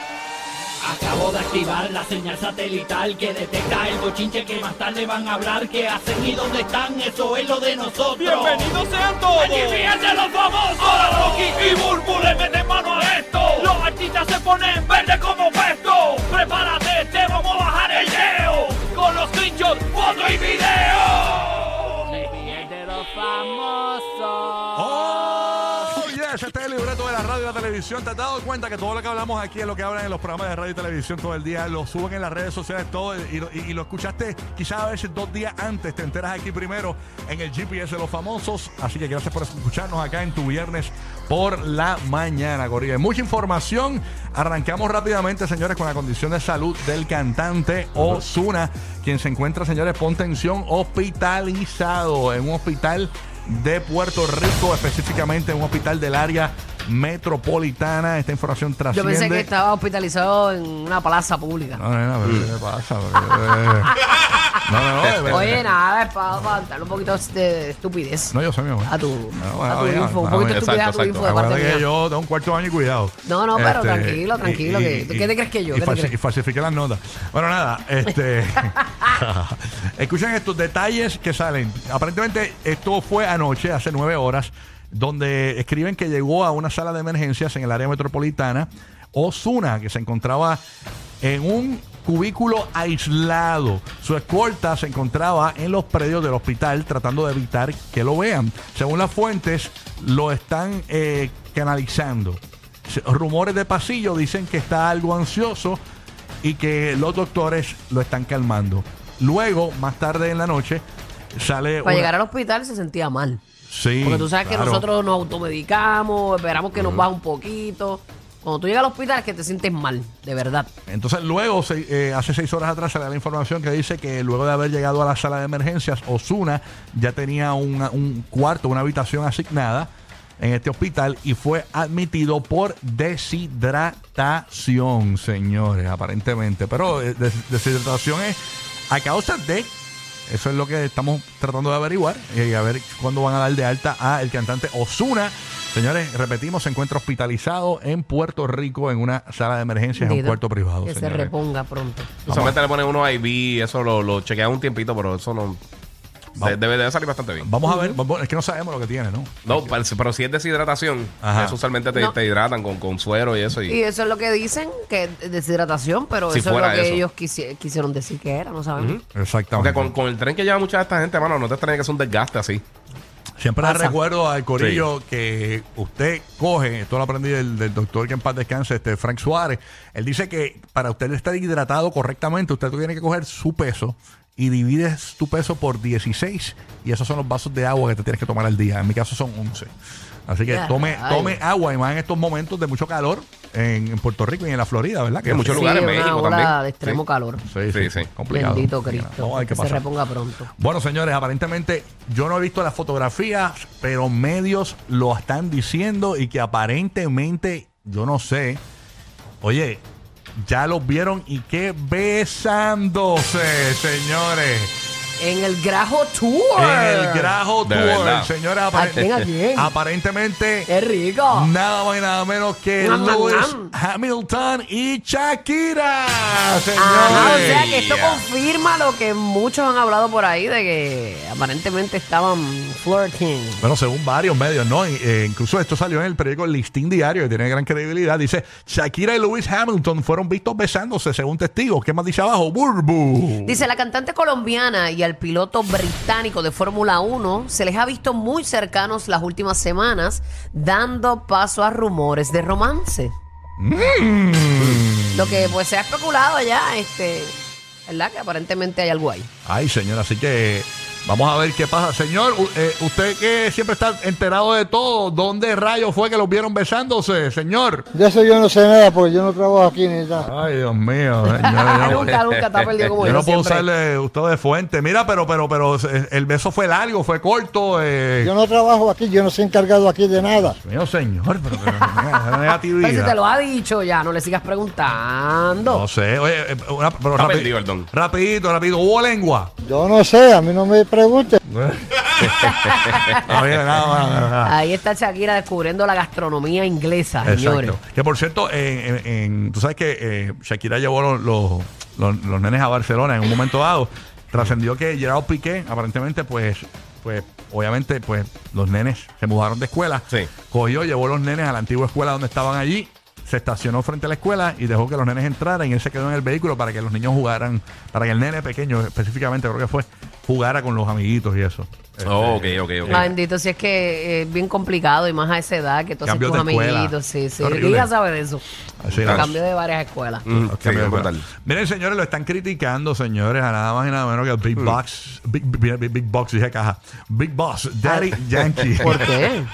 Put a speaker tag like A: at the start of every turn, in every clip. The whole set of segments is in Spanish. A: Acabo de activar la señal satelital que detecta el bochinche que más tarde van a hablar, que hacen y dónde están, eso es lo de nosotros.
B: ¡Bienvenidos sean todos!
A: ¡Aquí fíjense los famosos! Ahora Rocky y Burbu le meten mano a esto. Los artistas se ponen verde como puesto. Prepárate, te vamos a bajar el leo. Con los pinchos, foto y video. de los famosos.
B: ¡Oh, yes! Este es el libreto de la radio y la televisión. ¿Te has dado cuenta que todo lo que hablamos aquí es lo que hablan en los programas de radio y televisión todo el día? Lo suben en las redes sociales todo y, y- y lo escuchaste quizás a veces dos días antes. Te enteras aquí primero en el GPS de los famosos. Así que gracias por escucharnos acá en tu viernes por la mañana, Corrientes. Mucha información. Arrancamos rápidamente, señores, con la condición de salud del cantante Osuna, quien se encuentra, señores, con tensión hospitalizado en un hospital de Puerto Rico, específicamente en un hospital del área metropolitana. Esta información
C: Yo
B: trasciende.
C: pensé que estaba hospitalizado en una plaza pública.
B: No, nena, pero ¿qué le pasa? eh, no, no, no. de verdad.
C: Oye, nada, es para darle un poquito de estupidez.
B: No, yo soy mi amor.
C: A tu,
B: No,
C: a tu
B: oye,
C: info,
B: no,
C: un poquito de
B: oye,
C: estupidez a tu
D: exacto,
C: info de parte
B: Acuérdate que
C: mía.
B: yo tengo un cuarto año y cuidado. Este,
C: No, no, pero tranquilo, tranquilo, que- ¿tú qué te crees que yo?
B: Y,
C: ¿Qué te
B: falsi-
C: crees?
B: y falsifiqué las notas. Bueno, nada, este. escuchen estos detalles que salen. Aparentemente, esto fue anoche, hace nueve horas, donde escriben que llegó a una sala de emergencias en el área metropolitana Osuna, que se encontraba en un cubículo aislado. Su escolta se encontraba en los predios del hospital tratando de evitar que lo vean. Según las fuentes, lo están eh, canalizando. Se- Rumores de pasillo dicen que está algo ansioso y que los doctores lo están calmando. Luego, más tarde en la noche, sale. una-
C: Para llegar al hospital se sentía mal.
B: Sí,
C: Porque tú sabes que
B: claro.
C: nosotros nos automedicamos, esperamos que nos baje un poquito. Cuando tú llegas al hospital es que te sientes mal, de verdad.
B: Entonces, luego, se- eh, hace seis horas atrás, sale la información que dice que luego de haber llegado a la sala de emergencias, Osuna ya tenía una- un cuarto, una habitación asignada en este hospital y fue admitido por deshidratación, señores, aparentemente. Pero eh, des- deshidratación es a causa de. Eso es lo que estamos tratando de averiguar eh, y a ver cuándo van a dar de alta a el cantante Osuna. Señores, repetimos, se encuentra hospitalizado en Puerto Rico en una sala de emergencias, en un
C: Bendito.
B: cuarto privado.
C: Que se
B: señores.
C: reponga pronto.
D: Solamente le ponen uno IV, eso lo, lo chequean un tiempito, pero eso no.
B: Vamos.
D: de- debe, debe salir bastante bien.
B: Vamos a ver, vamos- es que no sabemos lo que tiene, ¿no?
D: No, pero, si- pero si es deshidratación,
B: Ajá.
D: eso usualmente te,
C: No.
D: te hidratan con, con suero y eso.
C: Y
D: Y,
C: eso es lo que dicen, que es deshidratación, pero
D: Si
C: eso es lo
D: fuera
C: que
D: eso.
C: ellos quisi- quisieron decir que era, no sabemos.
B: Exactamente.
D: porque con, con el tren que lleva mucha de esta gente, mano, no te extraña que es un desgaste así.
B: Siempre les
C: Pasa.
B: recuerdo al corillo que usted coge, esto lo aprendí del, del doctor que en paz descanse, este Frank Suárez. Él dice que para usted estar hidratado correctamente, usted tiene que coger su peso y divides tu peso por 16 y esos son los vasos de agua que te tienes que tomar al día. En mi caso son 11. Así que
C: Ya,
B: tome,
C: rayos.
B: tome agua y más en estos momentos de mucho calor en, en Puerto Rico y en la Florida, ¿verdad?
D: En muchos
C: Sí,
D: lugares,
C: una
D: México
C: ola
D: también.
C: de extremo
D: Sí.
C: calor.
B: Sí, sí,
D: Sí,
B: sí.
D: sí.
B: Complicado.
C: Bendito
B: Mira,
C: Cristo.
B: vamos a ver qué
C: que se
B: pasa.
C: reponga pronto.
B: Bueno, señores, aparentemente yo no he visto las fotografías, pero medios lo están diciendo y que aparentemente, yo no sé, oye, ya los vieron y que besándose, señores.
C: En el Grajo Tour.
B: En el Grajo
D: De
B: Tour, Este,
D: verdad.
B: señores,
C: ¿A quién, a quién?
B: aparentemente,
C: ¡Qué rico!
B: nada más y nada menos que
C: Nam, nam,
B: Lewis
C: nam. Ah,
B: Hamilton y Shakira,
C: Ajá, o
B: señores.
C: sea que esto
D: Yeah.
C: confirma lo que muchos han hablado por ahí de que aparentemente estaban flirting.
B: Bueno, según varios medios, ¿no? Y, eh, incluso esto salió en el periódico Listín Diario, que tiene gran credibilidad. Dice, Shakira y Lewis Hamilton fueron vistos besándose, según testigos. ¿Qué más dice abajo? Burbu.
C: Dice, la cantante colombiana y al piloto británico de Fórmula 1 se les ha visto muy cercanos las últimas semanas, dando paso a rumores de romance.
B: Mm.
C: Lo que pues se ha especulado ya, este, ¿verdad? Que aparentemente hay algo ahí.
B: Ay, señor, así que Vamos a ver qué pasa. Señor, u- eh, usted que siempre está enterado de todo, ¿dónde rayos fue que los vieron besándose, señor?
E: De eso yo no sé nada porque yo no trabajo aquí ni nada.
B: Ay, Dios mío, señor. yo-
C: nunca, nunca está perdido
B: Yo
C: como yo
B: Ah, no puedo
C: siempre.
B: usarle usted de fuente. Mira, pero, pero, pero eh, el beso fue largo, fue corto. Eh.
E: Yo no trabajo aquí, yo no soy encargado aquí de nada.
B: Mío, señor, pero, pero mira,
C: Pero si
B: negatividad.
C: te lo ha dicho ya, no le sigas preguntando.
B: No sé, oye, eh, una- pero
D: Está
B: rapi-
D: perdido el don.
B: rapidito, rapidito, hubo lengua.
E: Yo no sé, a mí no me pregunte.
B: Está bien, nada, nada, nada.
C: Ahí está Shakira descubriendo la gastronomía inglesa, señores.
B: Exacto. Que por cierto, en- en- en- tú sabes que eh, Shakira llevó los, los, los- los nenes a Barcelona en un momento dado. Trascendió que Gerard Piqué, aparentemente, pues, pues, obviamente, pues, los nenes se mudaron de escuela.
D: Sí.
B: Cogió, llevó los nenes a la antigua escuela donde estaban allí. Se estacionó frente a la escuela y dejó que los nenes entraran y él se quedó en el vehículo para que los niños jugaran, para que el nene pequeño específicamente, creo que fue, jugara con los amiguitos y eso.
D: Oh, ok, ok, ok.
C: Ay, Ah, bendito, si es que es bien complicado y más a esa edad que entonces
B: Cambios
C: tus
B: de escuela.
C: amiguitos, sí, sí.
B: Horrible.
C: Y ya sabe de eso.
B: Así es.
C: Cambio de varias escuelas.
D: Mm,
B: Ok,
D: sí,
B: me acuerdo.
D: brutal.
B: Miren, señores, lo están criticando, señores, a nada más y nada menos que el
D: Mm.
B: Big Box, Big, Big, Big- Big Box, dije caja, Big Boss,
D: Ah,
B: Daddy Yankee.
C: ¿Por qué?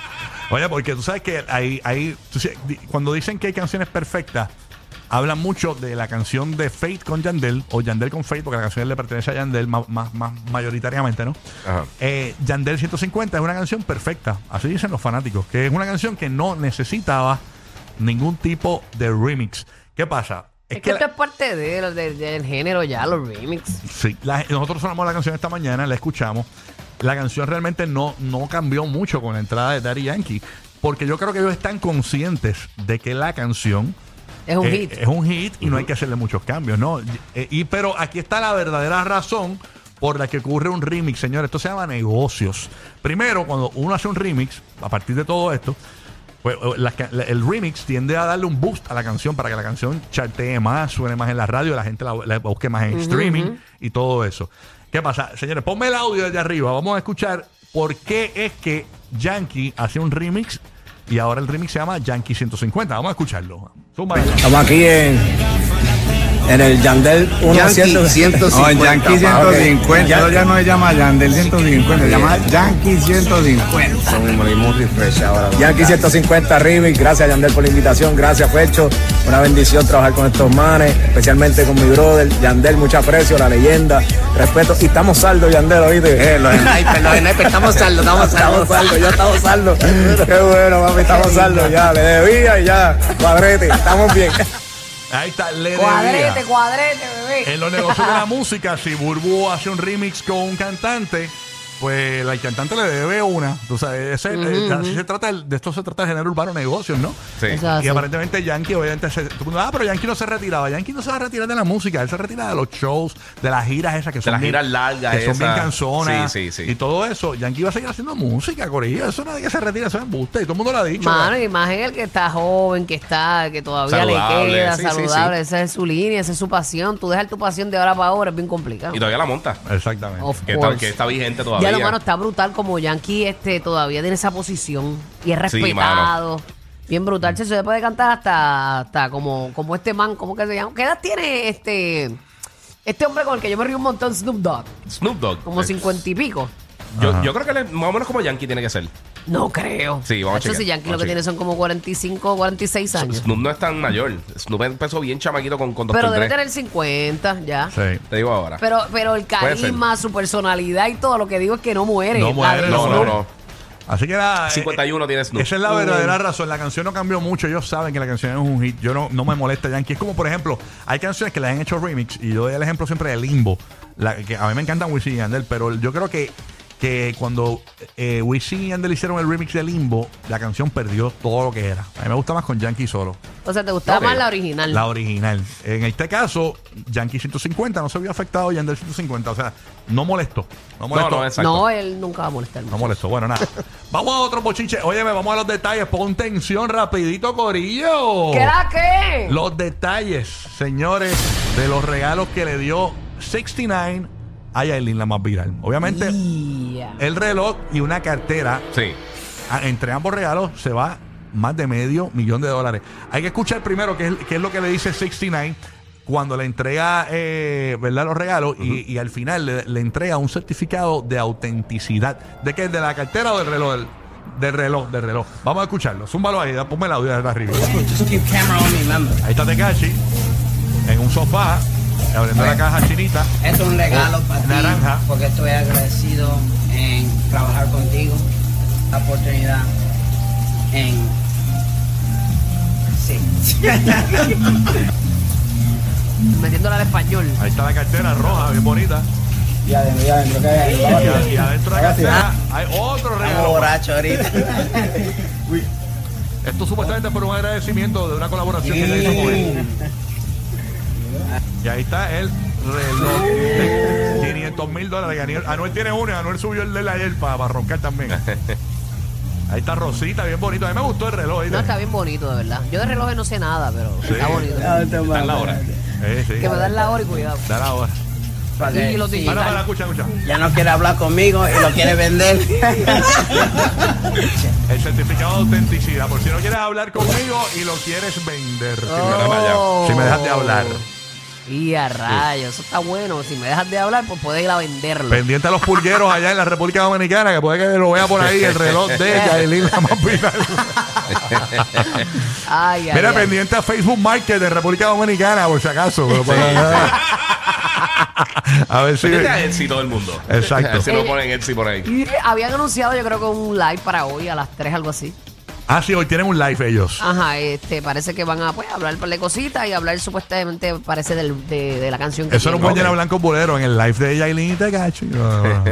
B: Oye, porque tú sabes que ahí, ahí tú sabes, di- cuando dicen que hay canciones perfectas, hablan mucho de la canción de Fate con Yandel, o Yandel con Fate, porque la canción le pertenece a Yandel más, más, más mayoritariamente, ¿no?
D: Ajá.
B: Eh, Yandel 150 es una canción perfecta, así dicen los fanáticos, que es una canción que no necesitaba ningún tipo de remix. ¿Qué pasa?
C: Es que
B: la-
C: esto es parte de, lo- de- del género ya, los remix.
B: Sí, la- nosotros sonamos la canción esta mañana, la escuchamos. La canción realmente no, no cambió mucho con la entrada de Daddy Yankee, porque yo creo que ellos están conscientes de que la canción
C: Es un
B: eh,
C: hit.
B: es un hit y no hay que hacerle muchos cambios, ¿no? Y- eh, y pero aquí está la verdadera razón por la que ocurre un remix, señores. Esto se llama negocios. Primero, cuando uno hace un remix, a partir de todo esto, pues, eh, la ca- la- el remix tiende a darle un boost a la canción para que la canción chartee más, suene más en la radio, la gente la, la busque más en streaming y todo eso. ¿Qué pasa? Señores, ponme el audio desde arriba. Vamos a escuchar por qué es que Yankee hace un remix y ahora el remix se llama Yankee 150. Vamos a escucharlo. Zumba.
F: Estamos aquí en, en el Yandel 150.
G: 150,
F: No, en Yankee
G: pa, ok.
F: 150. Ya, ya no se llama Yandel 150, se llama Yankee 150. Yankee 150 Remix, gracias Yandel por la invitación, gracias Fecho, una bendición trabajar con estos manes, especialmente con mi brother, Yandel, mucho aprecio, la leyenda, respeto, y estamos saldos Yandel, oíste. Eh, los snipers, los snipers, estamos saldos, estamos saldos. Estamos saldos, yo estamos saldos. Qué bueno, papi, estamos saldos, ya, le debía y ya, cuadrete, estamos bien.
B: Ahí está, le debía.
C: Cuadrete, cuadrete, bebé.
B: En los negocios de la música, si Burbu hace un remix con un cantante, pues la- el cantante le debe una. O sea, ese- eh, así se trata el- de esto se trata el género urbano negocios, ¿no?
D: Sí.
C: Eso es
B: Y
C: así.
B: aparentemente Yankee, obviamente, se, todo el mundo, ah, pero Yankee no se retiraba. Yankee no se va a retirar de la música, él se retira de los shows, de las giras esas que son
D: las
B: bien-
D: giras largas
B: que son
D: esas.
B: bien canzonas
D: Sí, sí, sí.
B: y todo eso. Yankee va a seguir haciendo música, Corilla. Eso no es de que se retira, eso es embuste y todo el mundo lo ha dicho.
C: Mano, y más en el que está joven, que está, que todavía
D: Saludable,
C: le queda
D: sí, sí,
C: saludable.
D: sí.
C: Esa es su línea, esa es su pasión. Tú dejar tu pasión de ahora para ahora es bien complicado.
D: Y todavía la monta.
B: Exactamente.
C: Of
D: Que está,
C: course.
D: que está vigente
C: Ya
D: todavía.
C: lo mano está brutal como Yankee este todavía tiene esa posición y es
D: Sí,
C: respetado. Bien brutal, Cheso, se puede cantar hasta, hasta como, como este man, ¿cómo que se llama? ¿Qué edad tiene este este hombre con el que yo me río un montón, Snoop Dogg?
D: Snoop Dogg.
C: Como
D: Eh,
C: cincuenta y pico.
D: Yo, yo creo que le- más o menos como Yankee tiene que ser.
C: No creo.
D: Sí, vamos a
C: Cheso,
D: chequear,
C: si Yankee
D: vamos
C: lo
D: a
C: que tiene
D: chequear.
C: son como 45, 46 años.
D: Snoop no es tan mayor. Snoop empezó bien chamaquito con, con
C: Pero
D: Dr.
C: debe
D: Dre.
C: tener 50 ya.
B: Sí.
D: Te digo ahora.
C: Pero, pero el
D: Puede ser.
C: carisma, su personalidad y todo lo que digo es que no muere.
B: No
C: La
B: muere,
C: de
D: no,
C: Snoop
D: no, no.
B: Así que eh, era.
D: 51 tiene Snoop.
B: Eh, Esa es la verdadera razón. La canción no cambió mucho. Ellos saben que la canción es un hit. Yo no, no me molesta Yankee. Es como, por ejemplo, hay canciones que le han hecho remix. Y yo doy el ejemplo siempre de Limbo. La, que a mí me encantan Wisin y Yandel. Pero yo creo que, que cuando eh, Wisin y Yandel hicieron el remix de Limbo, la canción perdió todo lo que era. A mí me gusta más con Yankee solo.
C: O sea, te gustaba
D: Ok.
C: más la original.
B: La original. En este caso, Yankee 150 no se vio afectado. Yandel 150. O sea, no molestó. No molestó.
D: no, exacto.
C: no, él nunca va a molestar.
B: No molesto. Bueno, nada. vamos a otro bochinche. Óyeme, vamos a los detalles. Pon tensión rapidito, Corillo.
C: ¿Qué era qué?
B: Los detalles, señores, de los regalos que le dio 69 a Yailin, la más viral. Obviamente,
C: Ya.
B: el reloj y una cartera,
D: Sí.
B: a- Ah, entre ambos regalos, se va más de medio millón de dólares. Hay que escuchar primero qué es, qué es lo que le dice 69 cuando le entrega eh, ¿verdad? los regalos y- y, al final le, le entrega un certificado de autenticidad. ¿De qué? ¿De la cartera o del reloj? Del, del reloj, del reloj. Vamos a escucharlo. Zúmbalo ahí, da- ponme el audio de arriba. Ahí está Tekashi, en un sofá, abriendo la caja chinita.
G: Esto es un regalo para ti.
B: Oh, Naranja.
G: Porque estoy agradecido en trabajar contigo. La oportunidad en. Sí.
C: metiéndola al español.
B: Ahí está la cartera roja, bien bonita.
G: Y adentro, y adentro, que hay Ah,
B: Y,
G: adentro.
B: a- y adentro de la cartera hay otro
G: Estamos
B: regalo.
G: borrachos ahorita.
B: Esto supuestamente por un agradecimiento de una colaboración que le hizo con él. Y ahí está el reloj. de 500 mil dólares. Y Anuel, Anuel tiene uno. y Anuel subió el de ayer para roncar también. Ahí está Rosita, bien bonito. A mí me gustó el reloj. ¿viste?
C: No, está bien bonito, de verdad. Yo de relojes no sé nada, pero
B: Sí.
C: está bonito.
F: Ah,
D: Está en la hora.
B: Eh, sí.
C: Que me dan la hora y cuidado.
B: Da la hora.
G: Para que-
C: Y los
G: sí.
B: Para, para,
C: digitales.
B: escucha, escucha.
G: Ya no quiere hablar conmigo y lo quiere vender.
B: El certificado de autenticidad. Por si no quieres hablar conmigo y lo quieres vender. Si, me dejas de hablar. Si me dejas de hablar.
C: Oh. Y a rayos, eso está bueno. Si me dejas de hablar, pues puedes ir a venderlo.
B: Pendiente a los pulgueros allá en la República Dominicana, que puede que lo vea por ahí el reloj de Yailin la más viral.
C: Ay, ay,
B: Mira,
C: ay.
B: pendiente a Facebook Market de República Dominicana, por si acaso. Pero para- a ver si.
D: Pero este es Etsy todo el mundo.
B: Exacto.
D: A ver si no ponen Etsy por ahí.
C: Y eh, habían anunciado, yo creo que un live para hoy a las 3, algo así.
B: Ah, sí, hoy tienen un live ellos.
C: Ajá, este, parece que van a pues, hablar un par de cositas y hablar supuestamente, parece, del, de, de la canción que
B: Eso lo
C: tienen.
B: pueden llenar Blanco Bolero en el live de Yailin y Tecachi. No, no, no.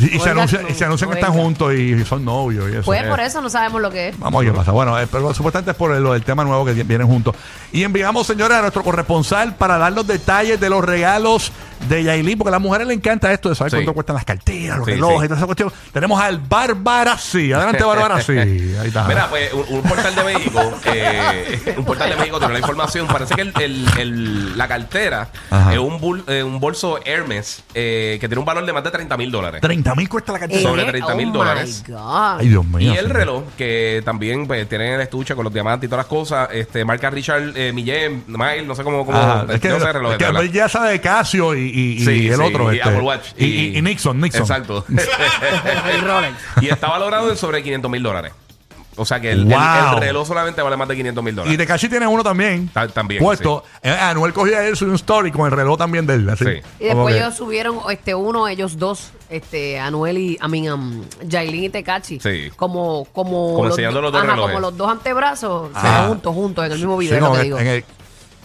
B: Y, y se
C: Oiga,
B: anuncia- y se
C: no,
B: anuncian que
C: oiga.
B: están juntos y son novios y eso.
C: Pues por eso no sabemos lo que es.
B: Vamos a ver qué pasa. Bueno, eh, pero supuestamente es por lo del tema nuevo que vienen juntos. Y enviamos, señores, a nuestro corresponsal para dar los detalles de los regalos de Yailin, porque a las mujeres les encanta esto de saber
D: Sí.
B: cuánto cuestan las carteras, los
D: Sí,
B: relojes
D: sí.
B: y toda esa cuestión. Tenemos al Barbarazzi. Adelante, Barbarazzi. Ahí está.
D: Mira, pues un, un portal de México, eh, un portal de México tiene la información. Parece que el, el- el- la cartera
B: Ajá.
D: es un, bul- eh, un bolso Hermes eh, que tiene un valor de más de 30 mil dólares.
B: 30 mil cuesta la cartera.
D: Sobre
C: Eh,
D: 30 mil
C: oh
D: dólares.
C: my God.
B: Ay, Dios mío.
D: Y el
B: señor.
D: reloj, que también pues, tiene el estuche con los diamantes y todas las cosas, este, marca Richard eh, Millet, Mile, no sé cómo, cómo
B: Ajá,
D: no
B: es que,
D: sé el reloj,
B: es que
D: ¿verdad?
B: ya sabe de Casio y, y- y
D: Sí,
B: el
D: sí,
B: otro.
D: y
B: este,
D: Apple Watch.
B: Y, y- y Nixon, Nixon.
D: Exacto.
C: Y Rolex.
D: y está valorado en sobre 500 mil dólares. O sea que el, el-
B: Wow.
D: el reloj solamente vale más de 500 mil
B: Y
D: dólares.
B: Tecachi tiene uno también.
D: Ta- también,
B: Puesto. Eh, Anuel cogía él un story con el reloj también de él. Así.
D: Sí.
C: Y
B: Como
C: después
B: que-
C: ellos subieron este uno, ellos dos, este Anuel y a mí Jailin y Tecachi.
D: Sí.
C: Como como
D: Como enseñando los dos
C: ajá,
D: relojes.
C: como los dos antebrazos,
B: Ah.
C: se- juntos juntos en el mismo video
B: Sí,
C: es lo
B: no,
C: que
B: en,
C: digo.
B: en el,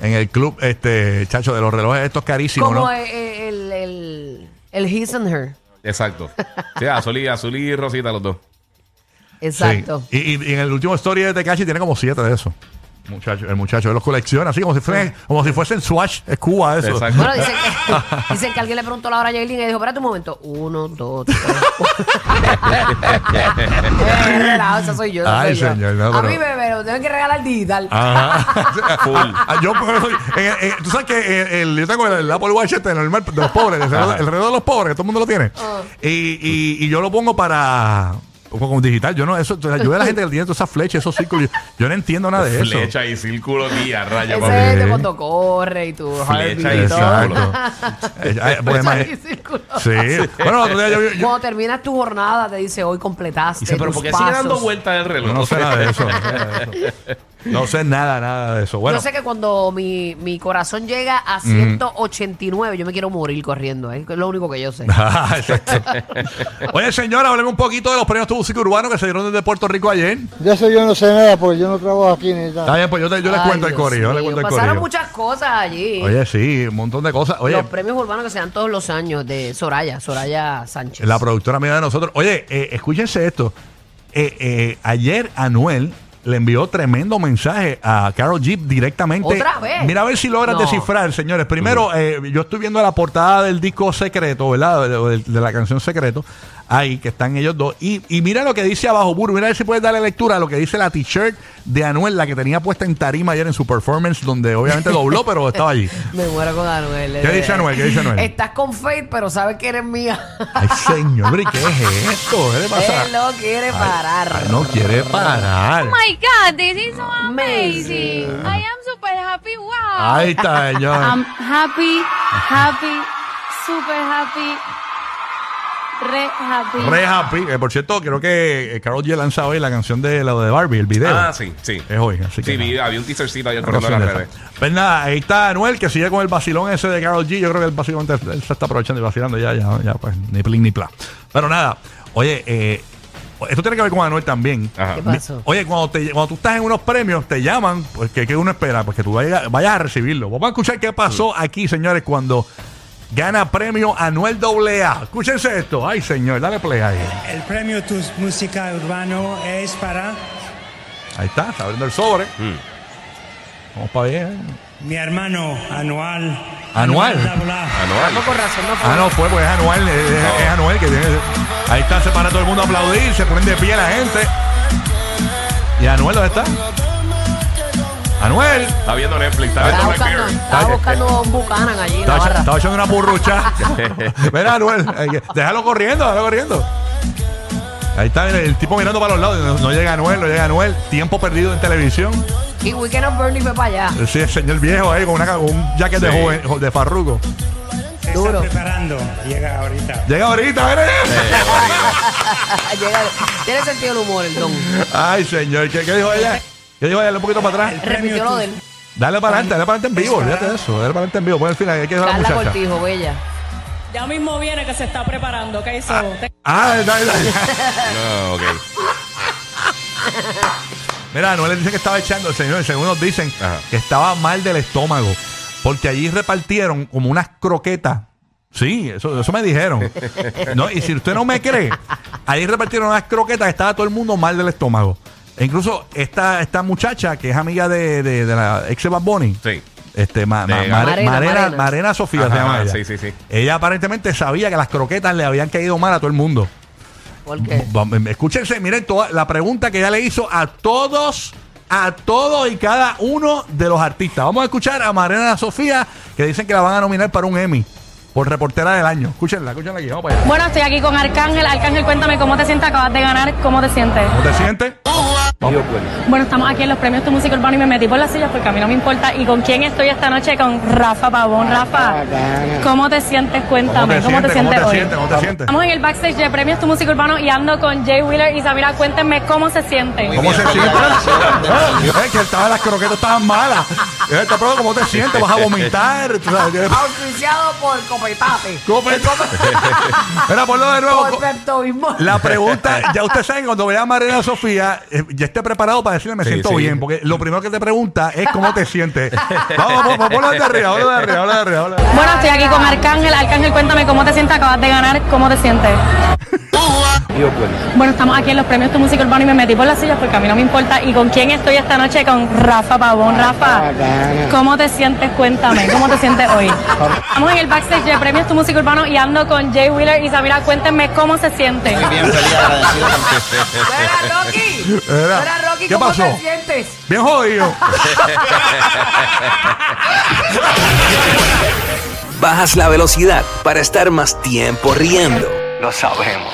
B: en el club, este, chacho, de los relojes estos carísimos,
C: como
B: ¿no?
C: el, el, el, el his and her.
D: Exacto. Sí, azul y, azul y rosita los dos.
B: Sí.
C: Exacto.
B: Y, y- y en el último story de Tekashi tiene como siete de esos. Muchacho, el muchacho él los colecciona, así como si fuesen, como si fuesen Swatch, es Cuba eso.
D: Exacto.
C: Bueno, dicen que, dicen que alguien le preguntó la hora a Jailin y dijo, espérate un momento. Uno, dos, tres, cuatro. Eh, relajo, esa soy yo. esa
B: Ay,
C: soy yo.
B: señor, no,
C: a
B: pero- Ah,
C: mí me, me lo tienen que regalar digital.
B: Ajá.
D: Full.
B: Ah, yo, por eso, en el- en- eh, tú sabes que el, el- yo tengo el, el Apple Watch este, el normal de los pobres, el reloj, el reloj de los pobres, que todo el mundo lo tiene.
C: Oh.
B: Y, y, y yo lo pongo para como como digital, yo no, eso, entonces, ayuda a la gente que tiene todas esas flechas, esos círculos, yo, yo no entiendo nada de eso.
D: Flecha y círculo guía, raya, papi.
C: Ese es
B: Sí.
C: de cuando corre y tu heartbeat
D: y
C: y todo.
D: círculo.
B: Eh, eh, porque
C: Flecha
B: más-
C: y círculo.
B: Sí. Bueno, el otro día yo, yo- yo
C: Cuando terminas tu jornada, te dice hoy completaste.
D: Dice, pero
C: tus
D: ¿por qué sigue
C: pasos.
D: dando vueltas el reloj?
B: no sé nada de eso. no sé nada de eso. No sé nada, nada de eso. Bueno,
C: Yo sé que cuando mi, mi corazón llega a 189, yo me quiero morir corriendo. ¿eh? Es lo único que yo sé.
B: Exacto. Oye, señora, hablemos un poquito de los premios tu música urbano que se dieron desde Puerto Rico ayer.
E: De eso yo no sé nada porque yo no trabajo aquí ni
B: Está
E: nada.
B: bien, pues yo, te- yo les
C: Ay,
B: cuento el
C: Dios
B: corillo. Yo les
C: mío,
B: cuento el
C: Pasaron
B: corillo.
C: muchas cosas allí.
B: Oye, sí, un montón de cosas. Oye,
C: Los premios urbanos que se dan todos los años de Soraya, Soraya Sánchez.
B: la productora amiga de nosotros. Oye, eh, escúchense esto. Eh, eh, ayer Anuel le envió tremendo mensaje a Carol Jeep directamente.
C: ¿Otra vez?
B: Mira a ver si logras
C: No.
B: descifrar, señores. Primero, eh, yo estoy viendo la portada del disco secreto, ¿verdad? De, de- de la canción secreto. Ahí, que están ellos dos. Y, y mira lo que dice abajo, Buru. Mira a ver si puedes darle lectura a lo que dice la t-shirt de Anuel, la que tenía puesta en tarima ayer en su performance, donde obviamente dobló, pero estaba allí.
C: Me muero con Anuel.
B: ¿Qué dice Anuel? ¿Qué dice Anuel?
C: Estás con Faith, pero sabes que eres mía.
B: Ay, señor, hombre, ¿qué es esto? ¿Qué le pasa?
C: Él no quiere
B: Ay,
C: parar.
H: Oh
B: ay, no quiere parar.
H: my god, this is so
C: Amazing.
H: amazing. I am so super happy, wow.
B: Ahí está,
H: I'm
B: señor.
H: happy, happy, super happy, re happy.
B: Re happy. Eh, por cierto, creo que eh, Karol G lanza hoy la canción de la de Barbie, el video.
D: Ah, sí, sí.
B: Es hoy, así que
D: Sí,
B: nada.
D: vi, había un teasercito ayer
B: Pero
D: corriendo
B: sí,
D: en las
B: de
D: redes.
B: esa. Pues nada, ahí está Anuel que sigue con el vacilón ese de Carol G. Yo creo que el vacilón te- él se está aprovechando y vacilando ya, ya, ya, pues ni plin ni pla. Pero nada, oye, eh, esto tiene que ver con Anuel también.
D: Ajá.
C: ¿Qué pasó?
B: Oye, cuando, te- cuando tú estás en unos premios, te llaman, pues que, que uno espera, pues que tú vaya- vayas a recibirlo. Vamos a escuchar qué pasó aquí, señores, cuando gana premio Anuel AA. Escúchense esto. Ay, señor, dale play ahí.
I: El premio Tu Música Urbano es para
B: Ahí está, está abriendo el sobre. Vamos para allá.
I: mi hermano anual.
B: Anual.
I: Dabla.
D: Anual.
C: No, con razón, no fue.
B: Ah, no fue, pues es Anuel, es, es- es Anuel que tiene. Ahí está, se para todo el mundo a aplaudir, se ponen de pie la gente. ¿Y Anuel dónde está? Anuel.
D: Está viendo Netflix, está
C: Estaba
D: viendo Black
C: buscando,
D: Mirror.
C: estaba
B: eh,
C: buscando un bucanan allí en la
B: Estaba, echa-
C: barra.
B: estaba echando una burrucha. Mira, Anuel, eh, que- déjalo corriendo, déjalo corriendo. Ahí está mira, el tipo mirando para los lados. No, no llega Anuel, no llega Anuel. Tiempo perdido en televisión.
C: Y Weekend of Bernie fue para allá.
B: Sí, el señor viejo ahí con, una, ca- con un jacket de,
D: Sí.
B: joven, de farruco.
I: Se
C: Duro.
I: está preparando. Llega ahorita.
B: Llega ahorita, mira.
C: Llega- Tiene sentido el humor, el don.
B: Ay, señor, ¿qué, qué dijo ella? ¿Qué dijo ella? Dale un poquito para atrás.
C: Repitió lo del
B: Dale para adelante, dale para adelante en vivo, olvídate de eso, dale para adelante en vivo, pon el final, hay que dejar a la
C: Carla
B: muchacha.
C: Cortijo, bella.
H: Ya mismo viene que se está preparando, ¿qué hizo?
B: Ah, dale, dale.
D: No, Ah, ok.
B: Mira, no le dicen que estaba echando, señores, según nos dicen
D: Ajá.
B: que estaba mal del estómago, porque allí repartieron como unas croquetas. Sí, eso, eso me dijeron. No, y si usted no me cree, allí repartieron unas croquetas que estaba todo el mundo mal del estómago. E incluso esta, esta muchacha que es amiga de, de- de la ex de Bad Bunny,
D: Sí.
B: Este, ma-
D: De-
B: ma- Mare-
C: Marena,
B: Marena,
C: Marena.
B: Marena Sofía
D: Ajá,
B: se llama ella.
D: sí, sí, sí.
B: Ella aparentemente sabía que las croquetas le habían caído mal a todo el mundo.
C: ¿Por qué?
B: Vam- Escúchense, miren toda la pregunta que ella le hizo a todos, a todos y cada uno de los artistas. Vamos a escuchar a Marena Sofía, que dicen que la van a nominar para un Emmy por reportera del año. Escúchenla, escúchenla aquí, vamos para allá.
H: Bueno, estoy aquí con Arcángel. Arcángel, cuéntame cómo te sientes, acabas de ganar, ¿cómo te sientes?
B: ¿Cómo te sientes?
H: Bueno, estamos aquí en los premios Tu Música Urbana y me metí por las sillas porque a mí no me importa. ¿Y con quién estoy esta noche? Con Rafa Pavón. Rafa, ¿cómo te sientes? Cuéntame, ¿cómo te sientes
B: ¿Cómo te
H: hoy?
B: sientes? ¿Cómo te sientes?
H: Estamos en el backstage de Premios Tu Música Urbano y ando con Jay Wheeler y Samira. Cuéntenme cómo se sienten.
D: Muy
B: ¿Cómo
D: bien.
B: se siente? es que estaba, las croquetas estaban malas. Eh, te pregunto, ¿Cómo te sientes? ¿Vas a vomitar? Tú sabes,
C: Auspiciado por Copetate.
B: Cope- Mira, ponlo de nuevo.
C: Por Pepto Bismol.
B: La pregunta, ya usted sabe, cuando vea a Mariana Sofía, eh, ya esté preparado para decirle me
D: Sí,
B: siento
D: sí.
B: bien, porque lo primero que te pregunta es cómo te sientes. Vamos, vamos, ponlo de arriba, ponlo de arriba, ponlo de arriba. ponlo de arriba.
H: Bueno, estoy aquí con Arcángel. Arcángel, cuéntame cómo te sientes. Acabas de ganar. ¿Cómo te sientes? Bueno, estamos aquí en los premios Tu Música Urbana y me metí por las sillas porque a mí no me importa. ¿Y con quién estoy esta noche? Con Rafa Pavón. Rafa, ¿cómo te sientes? Cuéntame, ¿cómo te sientes hoy? Estamos en el backstage de Premios Tu Música Urbano y ando con Jay Wheeler y Samira. Cuéntenme cómo se siente.
F: Bien feliz, agradecido
C: Mira, Rocky.
B: Era.
C: Mira, Rocky,
B: ¿Qué
C: ¿cómo
B: pasó?
C: te sientes?
B: Bien jodido.
J: Bajas la velocidad para estar más tiempo riendo. Lo sabemos.